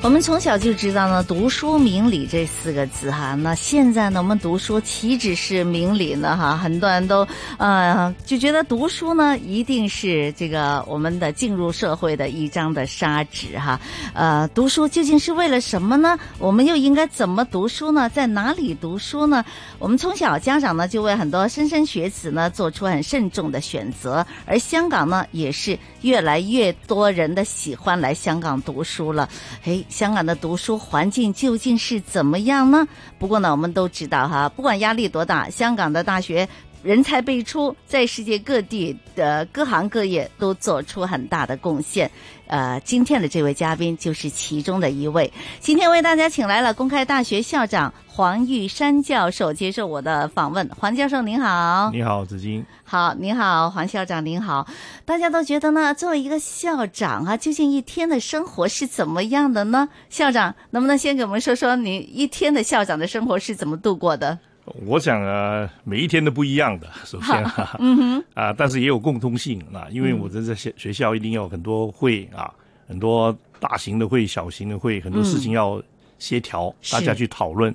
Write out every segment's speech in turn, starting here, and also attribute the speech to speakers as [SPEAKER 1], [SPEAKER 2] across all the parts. [SPEAKER 1] 我们从小就知道呢，读书明理这四个字哈。那现在呢，我们读书岂止是明理呢哈？很多人都呃就觉得读书呢一定是这个我们的进入社会的一张的砂纸哈。呃，读书究竟是为了什么呢？我们又应该怎么读书呢？在哪里读书呢？我们从小家长呢就为很多莘莘学子呢做出很慎重的选择，而香港呢也是越来越多人的喜欢来香港读书了。哎，香港的读书环境究竟是怎么样呢？不过呢，我们都知道哈，不管压力多大，香港的大学人才辈出，在世界各地的各行各业都做出很大的贡献。呃，今天的这位嘉宾就是其中的一位。今天为大家请来了公开大学校长黄玉山教授接受我的访问。黄教授您好，
[SPEAKER 2] 你好，紫金。
[SPEAKER 1] 好，您好，黄校长您好。大家都觉得呢，作为一个校长啊，究竟一天的生活是怎么样的呢？校长能不能先给我们说说你一天的校长的生活是怎么度过的？
[SPEAKER 2] 我想啊，每一天都不一样的。 首先啊，嗯哼，啊，但是也有共通性啊，因为我在在学学校一定有很多会啊，很多大型的会、小型的会，很多事情要协调，大家去讨论。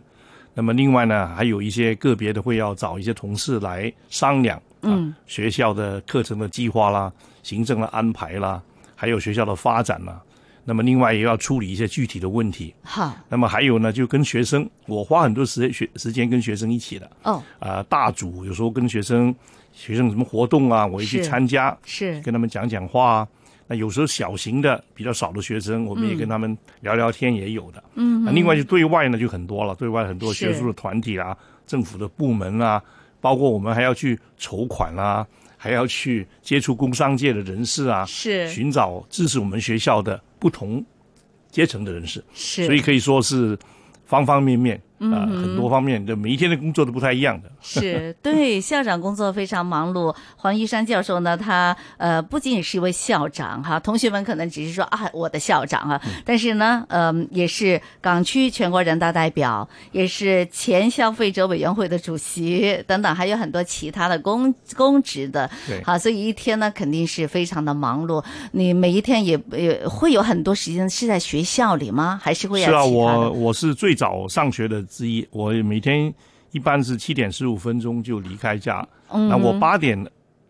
[SPEAKER 2] 那么另外呢，还有一些个别的会要找一些同事来商量，啊、
[SPEAKER 1] 嗯，
[SPEAKER 2] 学校的课程的计划啦、行政的安排啦，还有学校的发展啦。那么另外也要处理一些具体的问题。
[SPEAKER 1] 好
[SPEAKER 2] 那么还有呢，就跟学生，我花很多时间学时间跟学生一起的。
[SPEAKER 1] 哦，
[SPEAKER 2] 啊、大组有时候跟学生学生有什么活动啊，我也去
[SPEAKER 1] 是
[SPEAKER 2] 参加，
[SPEAKER 1] 是
[SPEAKER 2] 跟他们讲讲话啊。那有时候小型的比较少的学生，我们
[SPEAKER 1] 嗯
[SPEAKER 2] 也跟他们聊聊天，也有的。嗯，那另外就对外呢就很多了，对外很多
[SPEAKER 1] 是
[SPEAKER 2] 学术的团体啊、政府的部门啊，包括我们还要去筹款啊，还要去接触工商界的人士啊，
[SPEAKER 1] 是
[SPEAKER 2] 寻找支持我们学校的不同阶层的人士。
[SPEAKER 1] 是，嗯
[SPEAKER 2] 所以可以说是方方面面啊、很多方面的每一天的工作都不太一样的。
[SPEAKER 1] 是对校长工作非常忙碌。黄玉山教授呢，他呃不仅仅是一位校长哈，同学们可能只是说啊我的校长啊，但是呢，嗯、也是港区全国人大代表，也是前消费者委员会的主席等等，还有很多其他的公公职的。
[SPEAKER 2] 对
[SPEAKER 1] 好，所以一天呢肯定是非常的忙碌。你每一天也也会有很多时间是在学校里吗？还是会有
[SPEAKER 2] 是啊，
[SPEAKER 1] 其他的
[SPEAKER 2] 我我是最早上学的之一，我每天一般是七点十五分钟就离开家，
[SPEAKER 1] 嗯
[SPEAKER 2] 那我八点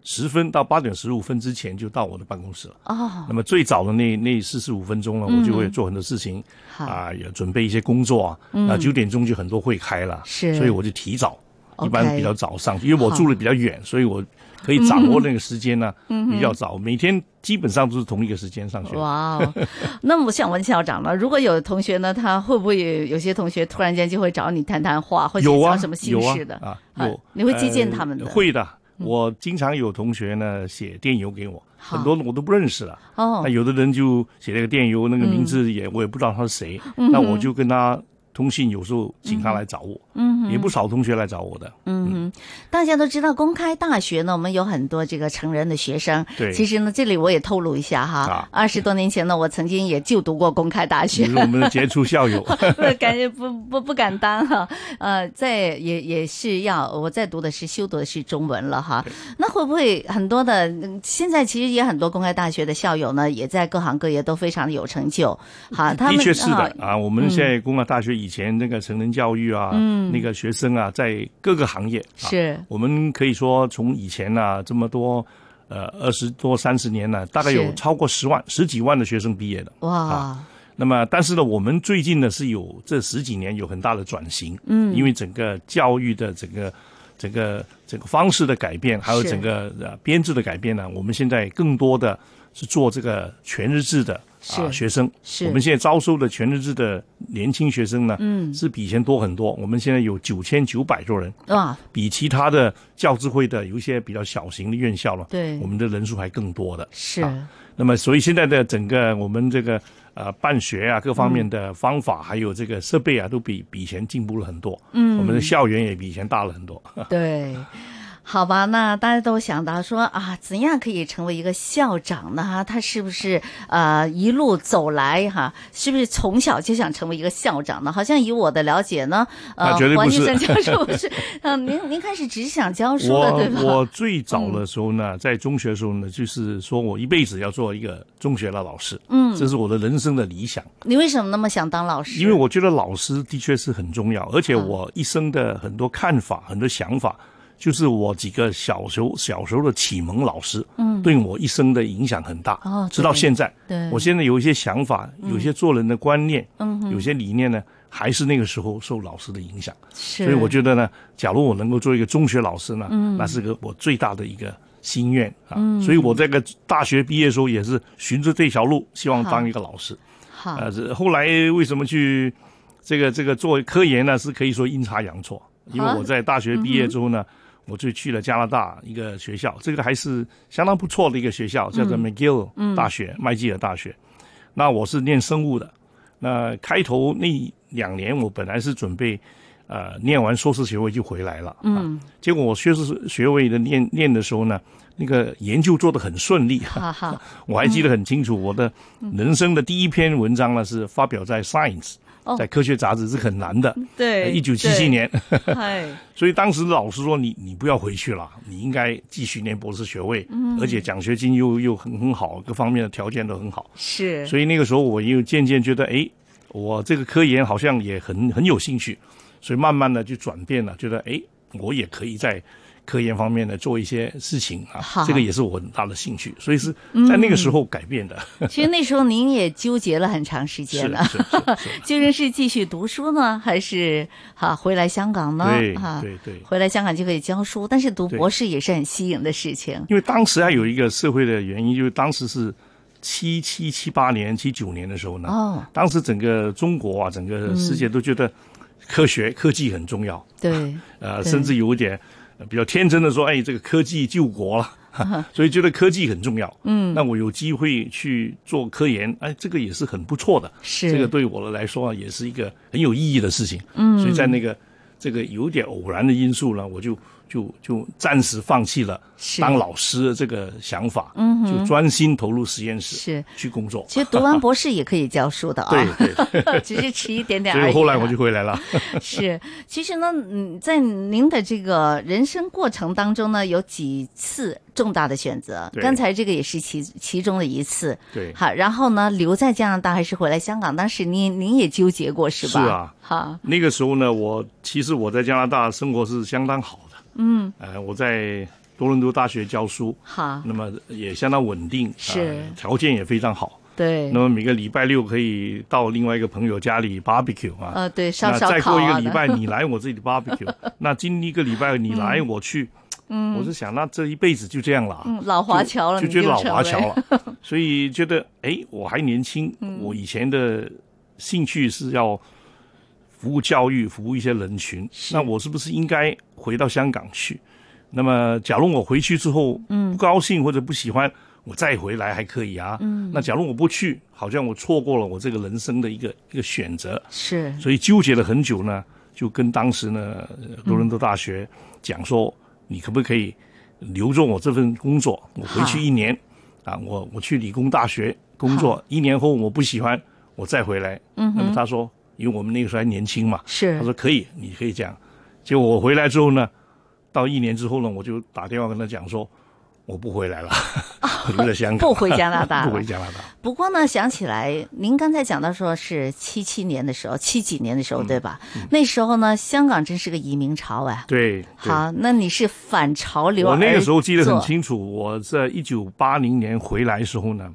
[SPEAKER 2] 十分到八点十五分之前就到我的办公室了。
[SPEAKER 1] 哦，嗯
[SPEAKER 2] 那么最早的那那四十五分钟呢，我就会做很多事情
[SPEAKER 1] 好
[SPEAKER 2] 啊、也准备一些工作啊。那九点钟就很多会开了，
[SPEAKER 1] 嗯是
[SPEAKER 2] 所以我就提早，
[SPEAKER 1] OK
[SPEAKER 2] 一般比较早上去，因为我住的比较远，所以我可以掌握那个时间呢，比较早。每天基本上都是同一个时间上学。
[SPEAKER 1] 嗯哇哦，那么我想问校长了，如果有同学呢，他会不会有些同学突然间就会找你谈谈话，或者
[SPEAKER 2] 有啊
[SPEAKER 1] 讲什么，心
[SPEAKER 2] 有啊
[SPEAKER 1] 事的
[SPEAKER 2] 啊，
[SPEAKER 1] 啊
[SPEAKER 2] 有。
[SPEAKER 1] 你会接见他们的嗯
[SPEAKER 2] 呃会的。我经常有同学呢写电邮给我，
[SPEAKER 1] 好
[SPEAKER 2] 很多我都不认识了。
[SPEAKER 1] 哦嗯
[SPEAKER 2] 那，有的人就写了个电邮，那个名字也我也不知道他是谁，那我就跟他通信，有时候请他来找我，嗯，也不少同学来找我的，
[SPEAKER 1] 嗯，大家都知道公开大学呢，我们有很多这个成人的学生。
[SPEAKER 2] 对
[SPEAKER 1] 其实呢，这里我也透露一下哈
[SPEAKER 2] 啊，
[SPEAKER 1] 二十、多年前呢，我曾经也就读过公开大
[SPEAKER 2] 比
[SPEAKER 1] 学
[SPEAKER 2] 如，我们的杰出校友，
[SPEAKER 1] 不感觉不不不敢当哈，呃，在也也是要我在读的是修读的是中文了哈，那会不会很多的嗯现在其实也很多公开大学的校友呢，也在各行各业都非常的有成就，哈， 他们
[SPEAKER 2] 的确是
[SPEAKER 1] 啊
[SPEAKER 2] 的啊。我们现在公安大学以前那个成人教育啊，那个学生啊，在各个行业啊，
[SPEAKER 1] 嗯是
[SPEAKER 2] 我们可以说从以前啊这么多。呃，二十多三十年了，大概有
[SPEAKER 1] 是
[SPEAKER 2] 超过十万、十几万的学生毕业的。
[SPEAKER 1] 哇，
[SPEAKER 2] 那么，但是呢，我们最近呢是有这十几年有很大的转型，嗯，因为整个教育的整个、整个、整个方式的改变，还有
[SPEAKER 1] 是
[SPEAKER 2] 整个呃编制的改变呢，我们现在更多的是做这个全日制的啊
[SPEAKER 1] 是
[SPEAKER 2] 学生，
[SPEAKER 1] 是
[SPEAKER 2] 我们现在招收的全日制的年轻学生呢，嗯，是比以前多很多，我们现在有九千九百多人，
[SPEAKER 1] 哇，
[SPEAKER 2] 比其他的教资会的有一些比较小型的院校了，
[SPEAKER 1] 对
[SPEAKER 2] 我们的人数还更多的，
[SPEAKER 1] 是
[SPEAKER 2] 啊那么，所以现在的整个我们这个呃办学啊，各方面的方法，还有这个设 备啊，都比比以前进步了很多。嗯，我们的校园也比以前大了很多。
[SPEAKER 1] 对。好吧，那大家都想到说啊，怎样可以成为一个校长呢？哈，他是不是呃一路走来哈、是不是从小就想成为一个校长呢？好像以我的了解呢，呃，
[SPEAKER 2] 啊绝对不
[SPEAKER 1] 黄医
[SPEAKER 2] 是
[SPEAKER 1] 生教授不是，呃，您您开始只是想教书的对吧？
[SPEAKER 2] 我 我最早的时候呢，在中学的时候呢，就是说我一辈子要做一个中学的老师，嗯，这是我的人生的理想。
[SPEAKER 1] 你为什么那么想当老师？
[SPEAKER 2] 因为我觉得老师的确是很重要，而且我一生的很多看法、很多想法，就是我几个小时候小时候的启蒙老师，嗯，对我一生的影响很大。
[SPEAKER 1] 哦对
[SPEAKER 2] 直到现在，
[SPEAKER 1] 对嗯
[SPEAKER 2] 我现在有一些想法，有一些做人的观念，嗯，有些理念呢，还是那个时候受老师的影响。
[SPEAKER 1] 是，
[SPEAKER 2] 所以我觉得呢，假如我能够做一个中学老师呢，那是个我最大的一个心愿啊。所以我这个大学毕业的时候也是循着这条路，希望当一个老师。
[SPEAKER 1] 好，
[SPEAKER 2] 呃，这后来为什么去这个这个做科研呢？是可以说阴差阳错，因为
[SPEAKER 1] 啊
[SPEAKER 2] 我在大学毕业之后呢，我就去了加拿大一个学校，这个还是相当不错的一个学校，叫做 McGill 大学，麦吉尔大学。那我是念生物的，那开头那两年我本来是准备。呃，念完硕士学位就回来了。嗯、结果我学士学位的念念的时候呢，那个研究做得很顺利。
[SPEAKER 1] 好 好，
[SPEAKER 2] 我还记
[SPEAKER 1] 嗯
[SPEAKER 2] 得很清楚，我的人生的第一篇文章呢是发表在《Science
[SPEAKER 1] 哦》，
[SPEAKER 2] 在科学杂志是很难的。
[SPEAKER 1] 对，
[SPEAKER 2] 呃一九七七年，
[SPEAKER 1] 对，嗨，
[SPEAKER 2] 所以当时老师说你你不要回去了，你应该继续念博士学位，
[SPEAKER 1] 嗯
[SPEAKER 2] 而且奖学金又又很很好，各方面的条件都很好。
[SPEAKER 1] 是，
[SPEAKER 2] 所以那个时候我又渐渐觉得，哎，我这个科研好像也很很有兴趣，所以慢慢的就转变了，觉得哎，我也可以在科研方面呢做一些事情啊
[SPEAKER 1] 好，嗯
[SPEAKER 2] 这个也是我很大的兴趣，所以是在那个时候改变的。
[SPEAKER 1] 其实那时候您也纠结了很长时间
[SPEAKER 2] 是
[SPEAKER 1] 了。
[SPEAKER 2] 是是是
[SPEAKER 1] 究竟是继续读书呢， 还是啊回来香港呢？
[SPEAKER 2] 对
[SPEAKER 1] 啊，
[SPEAKER 2] 对对
[SPEAKER 1] 回来香港就可以教书，但是读
[SPEAKER 2] 对
[SPEAKER 1] 博士也是很吸引的事情。
[SPEAKER 2] 因为当时还有一个社会的原因，就是当时是七七七八年、七九年的时候呢，
[SPEAKER 1] 哦，
[SPEAKER 2] 当时整个中国啊，整个世界都觉得科学、科技很重要，
[SPEAKER 1] 对，
[SPEAKER 2] 呃，
[SPEAKER 1] 对
[SPEAKER 2] 甚至有一点呃比较天真的说，哎，这个科技救国了。 所以觉得科技很重要，嗯，那我有机会去做科研，哎，这个也是很不错的，
[SPEAKER 1] 是
[SPEAKER 2] 这个对我来说啊，也是一个很有意义的事情，嗯，所以在那个这个有点偶然的因素呢，我就就就暂时放弃了
[SPEAKER 1] 是
[SPEAKER 2] 当老师的这个想法，嗯，就专心投入实验室
[SPEAKER 1] 是
[SPEAKER 2] 去工作，
[SPEAKER 1] 其实读完博士也可以教书的
[SPEAKER 2] 对
[SPEAKER 1] 啊，
[SPEAKER 2] 对，
[SPEAKER 1] 只是迟一点点而已啊。
[SPEAKER 2] 所以后来我就回来了。
[SPEAKER 1] 是，其实呢，嗯，在您的这个人生过程当中呢，有几次重大的选择，
[SPEAKER 2] 对
[SPEAKER 1] 刚才这个也是其其中的一次。
[SPEAKER 2] 对
[SPEAKER 1] 好，然后呢，留在加拿大还是回来香港？当时您您也纠结过是吧？
[SPEAKER 2] 是啊
[SPEAKER 1] 哈，
[SPEAKER 2] 那个时候呢，我其实我在加拿大生活是相当好的，嗯，呃，我在多伦多大学教书，
[SPEAKER 1] 好，
[SPEAKER 2] 那么也相当稳定，
[SPEAKER 1] 是
[SPEAKER 2] 呃条件也非常好。
[SPEAKER 1] 对
[SPEAKER 2] 那，么每个礼拜六可以到另外一个朋友家里 barbecue 啊，
[SPEAKER 1] 呃，对，烧
[SPEAKER 2] 那
[SPEAKER 1] 烧
[SPEAKER 2] 再
[SPEAKER 1] 烤
[SPEAKER 2] 过一
[SPEAKER 1] 啊
[SPEAKER 2] 个礼
[SPEAKER 1] 的，
[SPEAKER 2] 拜你来我这里 barbecue，那今一个礼拜你来我去，嗯，我是想那这一辈子就这样了啊，
[SPEAKER 1] 嗯，老华侨了，
[SPEAKER 2] 就
[SPEAKER 1] 你
[SPEAKER 2] 觉得老
[SPEAKER 1] 成
[SPEAKER 2] 华
[SPEAKER 1] 为嗯
[SPEAKER 2] 侨， 了，所以觉得哎，我还年轻，我以前的兴趣是要服务教育，服务一些人群，那我是不是应该回到香港去？那么，假如我回去之后
[SPEAKER 1] 嗯
[SPEAKER 2] 不高兴或者不喜欢，我再回来还可以啊。
[SPEAKER 1] 嗯
[SPEAKER 2] 那假如我不去，好像我错过了我这个人生的一个一个选择。
[SPEAKER 1] 是
[SPEAKER 2] 所以纠结了很久呢，就跟当时呢呃多伦多大学
[SPEAKER 1] 嗯
[SPEAKER 2] 讲说，你可不可以留着我这份工作？我回去一年，啊，我我去理工大学工作，一年后我不喜欢，我再回来。嗯，那么他说，因为我们那个时候还年轻嘛，
[SPEAKER 1] 是
[SPEAKER 2] 他，说可以，你可以这样。结果我回来之后呢，到一年之后呢，我就打电话跟他讲说，我不回来了，我 留在香港，
[SPEAKER 1] 哦不回加拿大
[SPEAKER 2] 不
[SPEAKER 1] 了
[SPEAKER 2] 回加拿大。
[SPEAKER 1] 不过呢，想起来，您刚才讲到说是七七年的时候，七几年的
[SPEAKER 2] 嗯
[SPEAKER 1] 时候，对吧？那时候呢，香港真是个移民潮哎。
[SPEAKER 2] 对，对
[SPEAKER 1] 好，那你是反潮流
[SPEAKER 2] 我
[SPEAKER 1] 哎而做？
[SPEAKER 2] 那个时候记得很清楚，我在一九八零年回来的时候呢，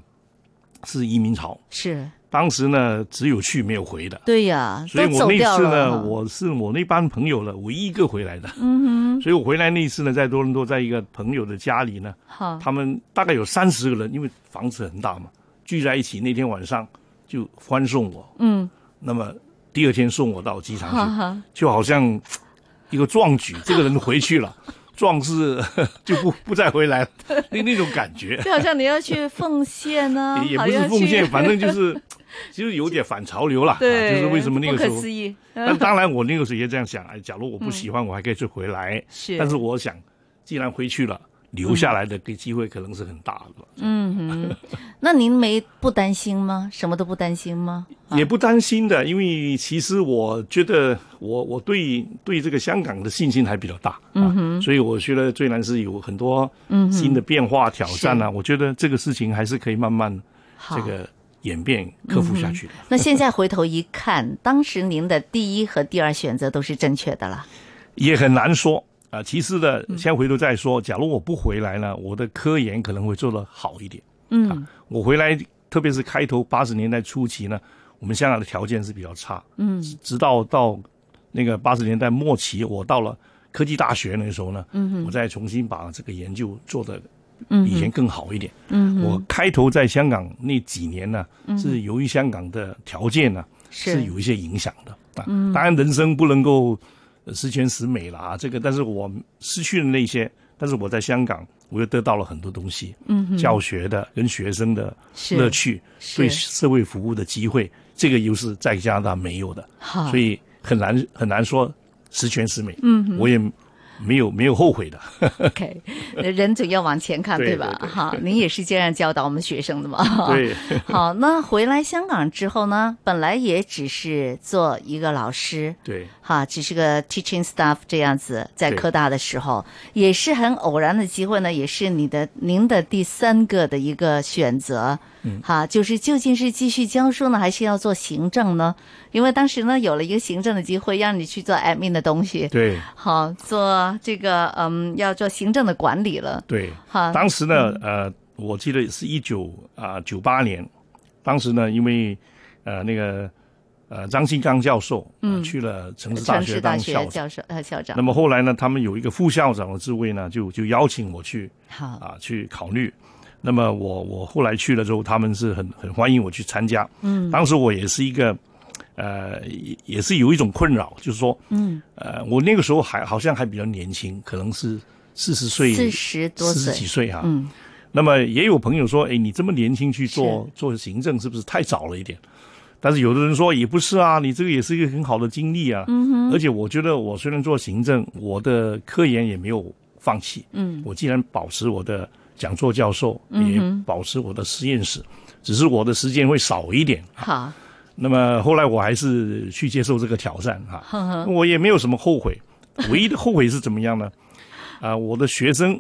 [SPEAKER 2] 是移民潮，
[SPEAKER 1] 是
[SPEAKER 2] 当时呢只有去没有回的，
[SPEAKER 1] 对呀，
[SPEAKER 2] 所以
[SPEAKER 1] 都
[SPEAKER 2] 我
[SPEAKER 1] 走
[SPEAKER 2] 那
[SPEAKER 1] 掉
[SPEAKER 2] 次
[SPEAKER 1] 了
[SPEAKER 2] 呢，
[SPEAKER 1] 哈。
[SPEAKER 2] 我是我那班朋友了唯一一个回来的，嗯哼，所以我回来那一次呢，在多伦多，在一个朋友的家里呢，
[SPEAKER 1] 好，
[SPEAKER 2] 他们大概有三十个人，因为房子很大嘛，聚在一起，那天晚上就欢送我，
[SPEAKER 1] 嗯，
[SPEAKER 2] 那么第二天送我到机场去，
[SPEAKER 1] 哈哈，
[SPEAKER 2] 就好像一个壮举，这个人回去了，壮士 就不不再回来了，那那种感觉，
[SPEAKER 1] 就好像你要去奉献呢
[SPEAKER 2] 也也
[SPEAKER 1] 嗯好
[SPEAKER 2] 不
[SPEAKER 1] 像
[SPEAKER 2] 是
[SPEAKER 1] 去
[SPEAKER 2] 奉献，反正就是就是有点反潮流了，啊
[SPEAKER 1] 对，
[SPEAKER 2] 就是为什么那个时
[SPEAKER 1] 不可
[SPEAKER 2] 候
[SPEAKER 1] 思。议嗯
[SPEAKER 2] 但当然，我那个时候也这样想，哎，假如我不喜欢，我还可以去回来。
[SPEAKER 1] 是，
[SPEAKER 2] 但是我想，既然回去了，留下来的给机会可能是很大的。
[SPEAKER 1] 嗯哼，那您没不担心吗？什么都不担心吗？
[SPEAKER 2] 也不担心的，因为其实我觉得我我对对这个香港的信心还比较大，嗯哼，嗯所以我觉得虽然是有很多新的变化挑战啊，我觉得这个事情还是可以慢慢
[SPEAKER 1] 好
[SPEAKER 2] 这个演变克服下去的。
[SPEAKER 1] 那现在回头一看，当时您的第一和第二选择都是正确的了。
[SPEAKER 2] 也很难说啊、其次呢，先回头再说。假如我不回来呢，我的科研可能会做得好一点。啊
[SPEAKER 1] 嗯
[SPEAKER 2] 我回来，特别是开头八十年代初期呢，我们香港的条件是比较差。
[SPEAKER 1] 嗯，
[SPEAKER 2] 直到到那个八十年代末期，我到了科技大学那个时候呢，嗯，我再重新把这个研究做得比以前更好一点。嗯，我开头在香港那几年呢，是由于香港的条件呢、
[SPEAKER 1] 是嗯
[SPEAKER 2] 是有一些影响的啊。当然，人生不能够呃十全十美啦，这个，但是我失去了那些，但是我在香港，我又得到了很多东西，嗯，教学的跟学生的
[SPEAKER 1] 是
[SPEAKER 2] 乐趣，
[SPEAKER 1] 是
[SPEAKER 2] 对社会服务的机会，这个又是在加拿大没有的，
[SPEAKER 1] 好
[SPEAKER 2] 所以很难很难说十全十美，嗯，我也没有没有后悔的，
[SPEAKER 1] ，OK，人总要往前看，
[SPEAKER 2] 对
[SPEAKER 1] 吧？
[SPEAKER 2] 对对
[SPEAKER 1] 哈，您也是这样教导我们学生的嘛？
[SPEAKER 2] 对。
[SPEAKER 1] 好，那回来香港之后呢，本来也只是做一个老师，
[SPEAKER 2] 对。
[SPEAKER 1] 哈，只是个 teaching staff 这样子，在
[SPEAKER 2] 对
[SPEAKER 1] 科大的时候，也是很偶然的机会呢，也是你的您的第三个的一个选择，嗯，哈，就是究竟是继续教书呢，还是要做行政呢？因为当时呢，有了一个行政的机会，让你去做 admin 的东西，
[SPEAKER 2] 对
[SPEAKER 1] 好，做这个嗯，要做行政的管理了，
[SPEAKER 2] 对，
[SPEAKER 1] 哈，
[SPEAKER 2] 当时呢，
[SPEAKER 1] 嗯
[SPEAKER 2] 呃，我记得是一九啊九八年，当时呢，因为呃那个呃张新刚教授、呃去了城市大
[SPEAKER 1] 嗯城
[SPEAKER 2] 学
[SPEAKER 1] 市
[SPEAKER 2] 当
[SPEAKER 1] 大
[SPEAKER 2] 校
[SPEAKER 1] 学
[SPEAKER 2] 长，
[SPEAKER 1] 教授呃校长
[SPEAKER 2] 那，么后来呢，他们有一个副校长的职位呢，就就邀请我去
[SPEAKER 1] 好，
[SPEAKER 2] 啊去考虑。那么我我后来去了之后，他们是很很欢迎我去参加。嗯，当时我也是一个，呃，也也是有一种困扰，就是说，嗯，呃，我那个时候还好像还比较年轻，可能是四十岁
[SPEAKER 1] 四十多
[SPEAKER 2] 四十几
[SPEAKER 1] 岁，
[SPEAKER 2] 岁哈、
[SPEAKER 1] 嗯
[SPEAKER 2] 那么也有朋友说，哎，你这么年轻去做做行政，是不是太早了一点？但是有的人说也不是啊，你这个也是一个很好的经历啊。嗯哼。而且我觉得我虽然做行政，我的科研也没有放弃。嗯。我既然保持我的讲座教授，也保持我的实验室，只是我的时间会少一点。
[SPEAKER 1] 好，
[SPEAKER 2] 那么后来我还是去接受这个挑战哈、我也没有什么后悔，唯一的后悔是怎么样 呢？啊、我的学生，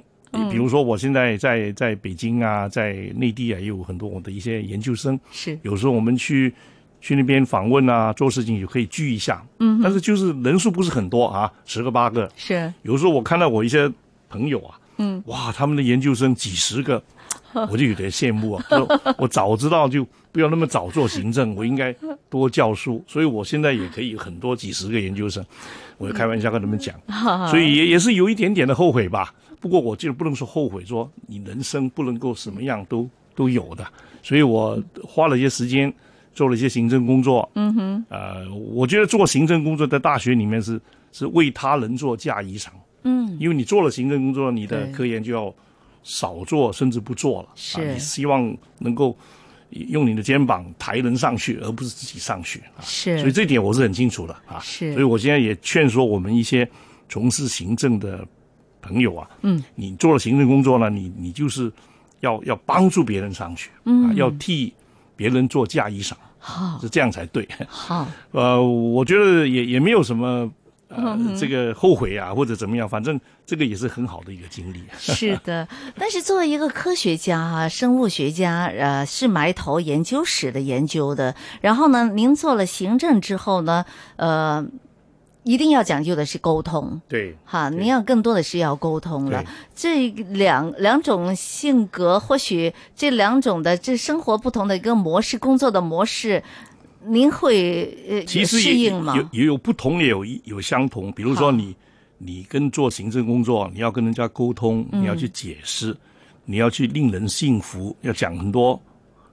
[SPEAKER 2] 比如说我现在在在北京啊，在内地啊，也有很多我的一些研究生，
[SPEAKER 1] 是
[SPEAKER 2] 有时候我们去去那边访问啊，做事情也可以聚一下，嗯，但是就是人数不是很多啊，十个八个，
[SPEAKER 1] 是，
[SPEAKER 2] 有时候我看到我一些朋友啊，嗯，哇，他们的研究生几十个， 我就有点羡慕啊。说我早知道就不要那么早做行政，我应该多教书，所以我现在也可以有很多几十个研究生。我就开玩笑跟他 们讲，所以也也是有一点点的后悔吧。不过我就不能说后悔，说你人生不能够什么样都都有的，所以我花了一些时间。做了一些行政工作，嗯哼，呃，我觉得做行政工作在大学里面是是为他人做嫁衣裳，因为你做了行政工作，你的
[SPEAKER 1] 对
[SPEAKER 2] 科研就要少做，甚至不做了。
[SPEAKER 1] 是
[SPEAKER 2] 啊，你希望能够用你的肩膀抬人上去，而不是自己上去啊。
[SPEAKER 1] 是，
[SPEAKER 2] 所以这点我是很清楚的啊。
[SPEAKER 1] 是
[SPEAKER 2] 所以我现在也劝说我们一些从事行政的朋友啊，嗯，你做了行政工作呢，你你就是要要帮助别人上去，嗯、啊，要替别人做嫁衣裳，
[SPEAKER 1] 好，
[SPEAKER 2] 是这样才对。
[SPEAKER 1] 好，
[SPEAKER 2] 呃，我觉得也也没有什么。呃，
[SPEAKER 1] 嗯
[SPEAKER 2] 这个后悔啊，或者怎么样，反正这个也是很好的一个经历。
[SPEAKER 1] 是的，但是作为一个科学家啊，生物学家，呃，是埋头研究史的研究的。然后呢，您做了行政之后呢，呃，一定要讲究的是沟通。
[SPEAKER 2] 对，
[SPEAKER 1] 哈，您要更多的是要沟通了
[SPEAKER 2] 对。
[SPEAKER 1] 这两两种性格，或许这两种的这生活不同的一个模式，工作的模式，您会呃
[SPEAKER 2] 其实
[SPEAKER 1] 适
[SPEAKER 2] 也
[SPEAKER 1] 应吗？
[SPEAKER 2] 有也有不同，也有一有相同。比如
[SPEAKER 1] 好
[SPEAKER 2] 说你你跟做行政工作，你要跟人家沟通，
[SPEAKER 1] 嗯
[SPEAKER 2] 你要去解释，你要去令人信服，要讲很多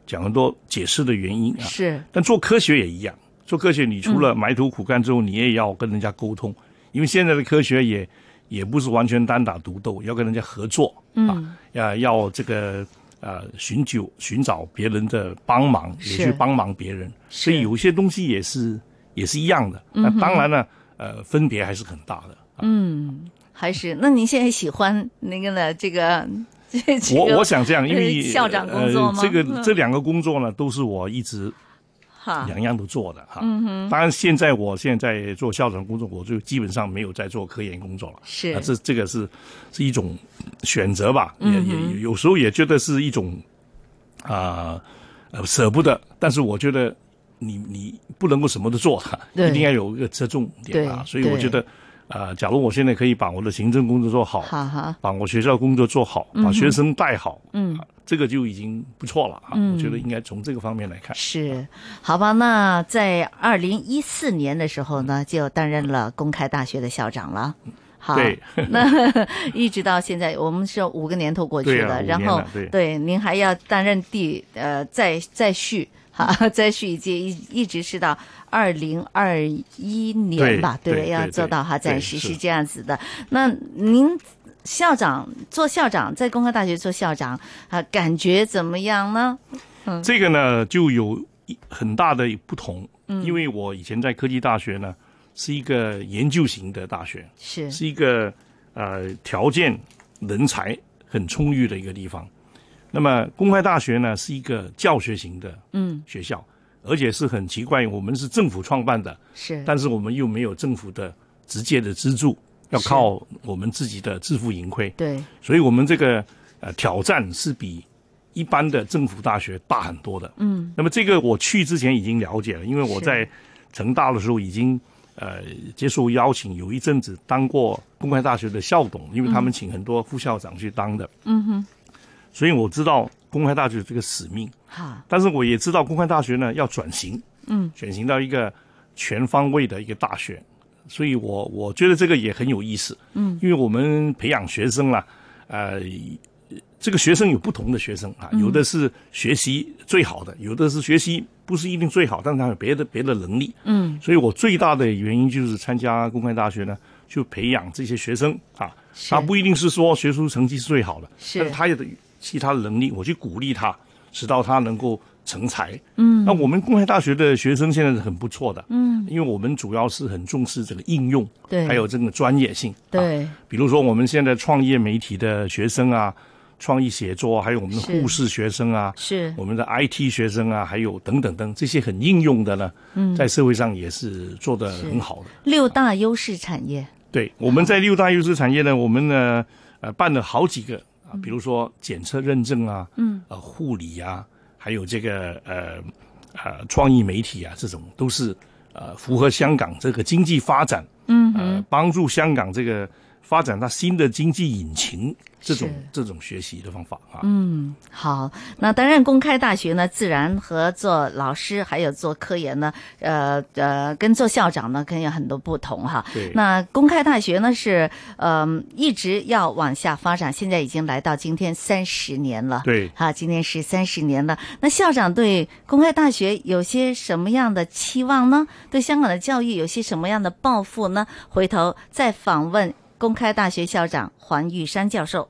[SPEAKER 2] 讲很多解释的原因啊。
[SPEAKER 1] 是
[SPEAKER 2] 但做科学也一样，做科学你除
[SPEAKER 1] 嗯
[SPEAKER 2] 了埋头苦干之后，你也要跟人家沟通，因为现在的科学也也不是完全单打独斗，要跟人家合作
[SPEAKER 1] 嗯
[SPEAKER 2] 啊，要、要这个呃寻求寻找别人的帮忙，也
[SPEAKER 1] 是
[SPEAKER 2] 去帮忙别人，所以
[SPEAKER 1] 是嗯
[SPEAKER 2] 有些东西也是也是一样的。那当然呢，呃，分别还是很大的。
[SPEAKER 1] 还是？那您现在喜欢那个呢？这个这这
[SPEAKER 2] 我
[SPEAKER 1] 个
[SPEAKER 2] 我想这样，因为
[SPEAKER 1] 呃 校长工作吗嗯
[SPEAKER 2] 呃、这个这两个工作呢，都是我一直
[SPEAKER 1] 哈
[SPEAKER 2] 两样都做的哈。
[SPEAKER 1] 嗯
[SPEAKER 2] 当然，现在我现在做校长工作，我就基本上没有在做科研工作了。
[SPEAKER 1] 是嗯
[SPEAKER 2] 啊、这这个是是一种选择吧，也也也有时候也觉得是一种啊呃舍不得，但是我觉得你你不能够什么都做，哈
[SPEAKER 1] 对
[SPEAKER 2] 一定要有一个侧重点啊。
[SPEAKER 1] 对
[SPEAKER 2] 所以我觉得。啊、假如我现在可以把我的行政工作做好，
[SPEAKER 1] 哈 哈
[SPEAKER 2] 把我学校工作做好，
[SPEAKER 1] 嗯
[SPEAKER 2] 把学生带好，嗯、这个就已经不错了啊！
[SPEAKER 1] 嗯
[SPEAKER 2] 我觉得应该从这个方面来看。
[SPEAKER 1] 是，好吧？那在二零一四年的时候呢，
[SPEAKER 2] 嗯
[SPEAKER 1] 就担任了公开大学的校长了。好，
[SPEAKER 2] 对，
[SPEAKER 1] 那一直到现在，我们是有五个年头过去
[SPEAKER 2] 对啊
[SPEAKER 1] 了，
[SPEAKER 2] 五
[SPEAKER 1] 然
[SPEAKER 2] 年
[SPEAKER 1] 后
[SPEAKER 2] 了对
[SPEAKER 1] 您还要担任第呃再再续哈 再续一届，一一直是到二零二一年
[SPEAKER 2] 对
[SPEAKER 1] 吧，对
[SPEAKER 2] 对
[SPEAKER 1] 吧
[SPEAKER 2] 对
[SPEAKER 1] 要
[SPEAKER 2] 对
[SPEAKER 1] 做到哈
[SPEAKER 2] 对
[SPEAKER 1] 暂时是
[SPEAKER 2] 是
[SPEAKER 1] 这样子的。那您校长做校长，在公开大学做校长啊、感觉怎么样呢？
[SPEAKER 2] 这个呢就有一很大的不同，因为我以前在科技大学呢是一个研究型的大学，
[SPEAKER 1] 是
[SPEAKER 2] 是一个呃条件人才很充裕的一个地方。那么公开大学呢是一个教学型的嗯学校，而且是很奇怪，我们是政府创办的，
[SPEAKER 1] 是，
[SPEAKER 2] 但是我们又没有政府的直接的资助，要
[SPEAKER 1] 是
[SPEAKER 2] 靠我们自己的自负盈亏。
[SPEAKER 1] 对，
[SPEAKER 2] 所以我们这个呃挑战是比一般的政府大学大很多的。嗯，那么这个我去之前已经了解了，因为我
[SPEAKER 1] 是
[SPEAKER 2] 在成大的时候已经呃接受邀请，有一阵子当过公开大学的校董，因为他们请很多副校长去当的。嗯哼，所以我知道公开大学这个使命，
[SPEAKER 1] 哈，
[SPEAKER 2] 但是我也知道公开大学呢要转型，嗯，转型到一个全方位的一个大学，所以我我觉得这个也很有意思，嗯，因为我们培养学生啦，呃，这个学生有不同的学生啊，有的是学习最好的，有的是学习不是一定最好，但是他有别的别的能力，嗯，所以我最大的原因就是参加公开大学呢，就培养这些学生啊，
[SPEAKER 1] 是
[SPEAKER 2] 他不一定是说学术成绩是最好的，
[SPEAKER 1] 是
[SPEAKER 2] 但是他有的其他的能力，我去鼓励他，使到他能够成才。嗯，那我们公开大学的学生现在是很不错的，嗯，因为我们主要是很重视这个应用，
[SPEAKER 1] 对
[SPEAKER 2] 还有这个专业性，啊
[SPEAKER 1] 对，
[SPEAKER 2] 比如说我们现在创业媒体的学生啊，创意写作，还有我们的
[SPEAKER 1] 是
[SPEAKER 2] 护士学生啊，
[SPEAKER 1] 是
[SPEAKER 2] 我们的 IT 学生啊，还有等等等这些很应用的呢，嗯，在社会上也是做得很好的。
[SPEAKER 1] 六大优势产业，
[SPEAKER 2] 对，我们在六大优势产业呢，我们呢呃办了好几个啊，比如说检测认证啊，嗯，呃护理啊，还有这个呃呃创意媒体啊，这种都是呃符合香港这个经济发展，嗯，呃帮助香港这个发展它新的经济引擎这种
[SPEAKER 1] 是
[SPEAKER 2] 这种学习的方法啊，
[SPEAKER 1] 好，那担任公开大学呢，自然和做老师还有做科研呢，呃呃，跟做校长呢，肯定有很多不同哈。
[SPEAKER 2] 对
[SPEAKER 1] 那公开大学呢是，嗯、一直要往下发展，现在已经来到今天三十年了。
[SPEAKER 2] 对
[SPEAKER 1] 啊，今天是三十年了。那校长对公开大学有些什么样的期望呢？对香港的教育有些什么样的抱负呢？回头再访问公开大学校长黄玉山教授。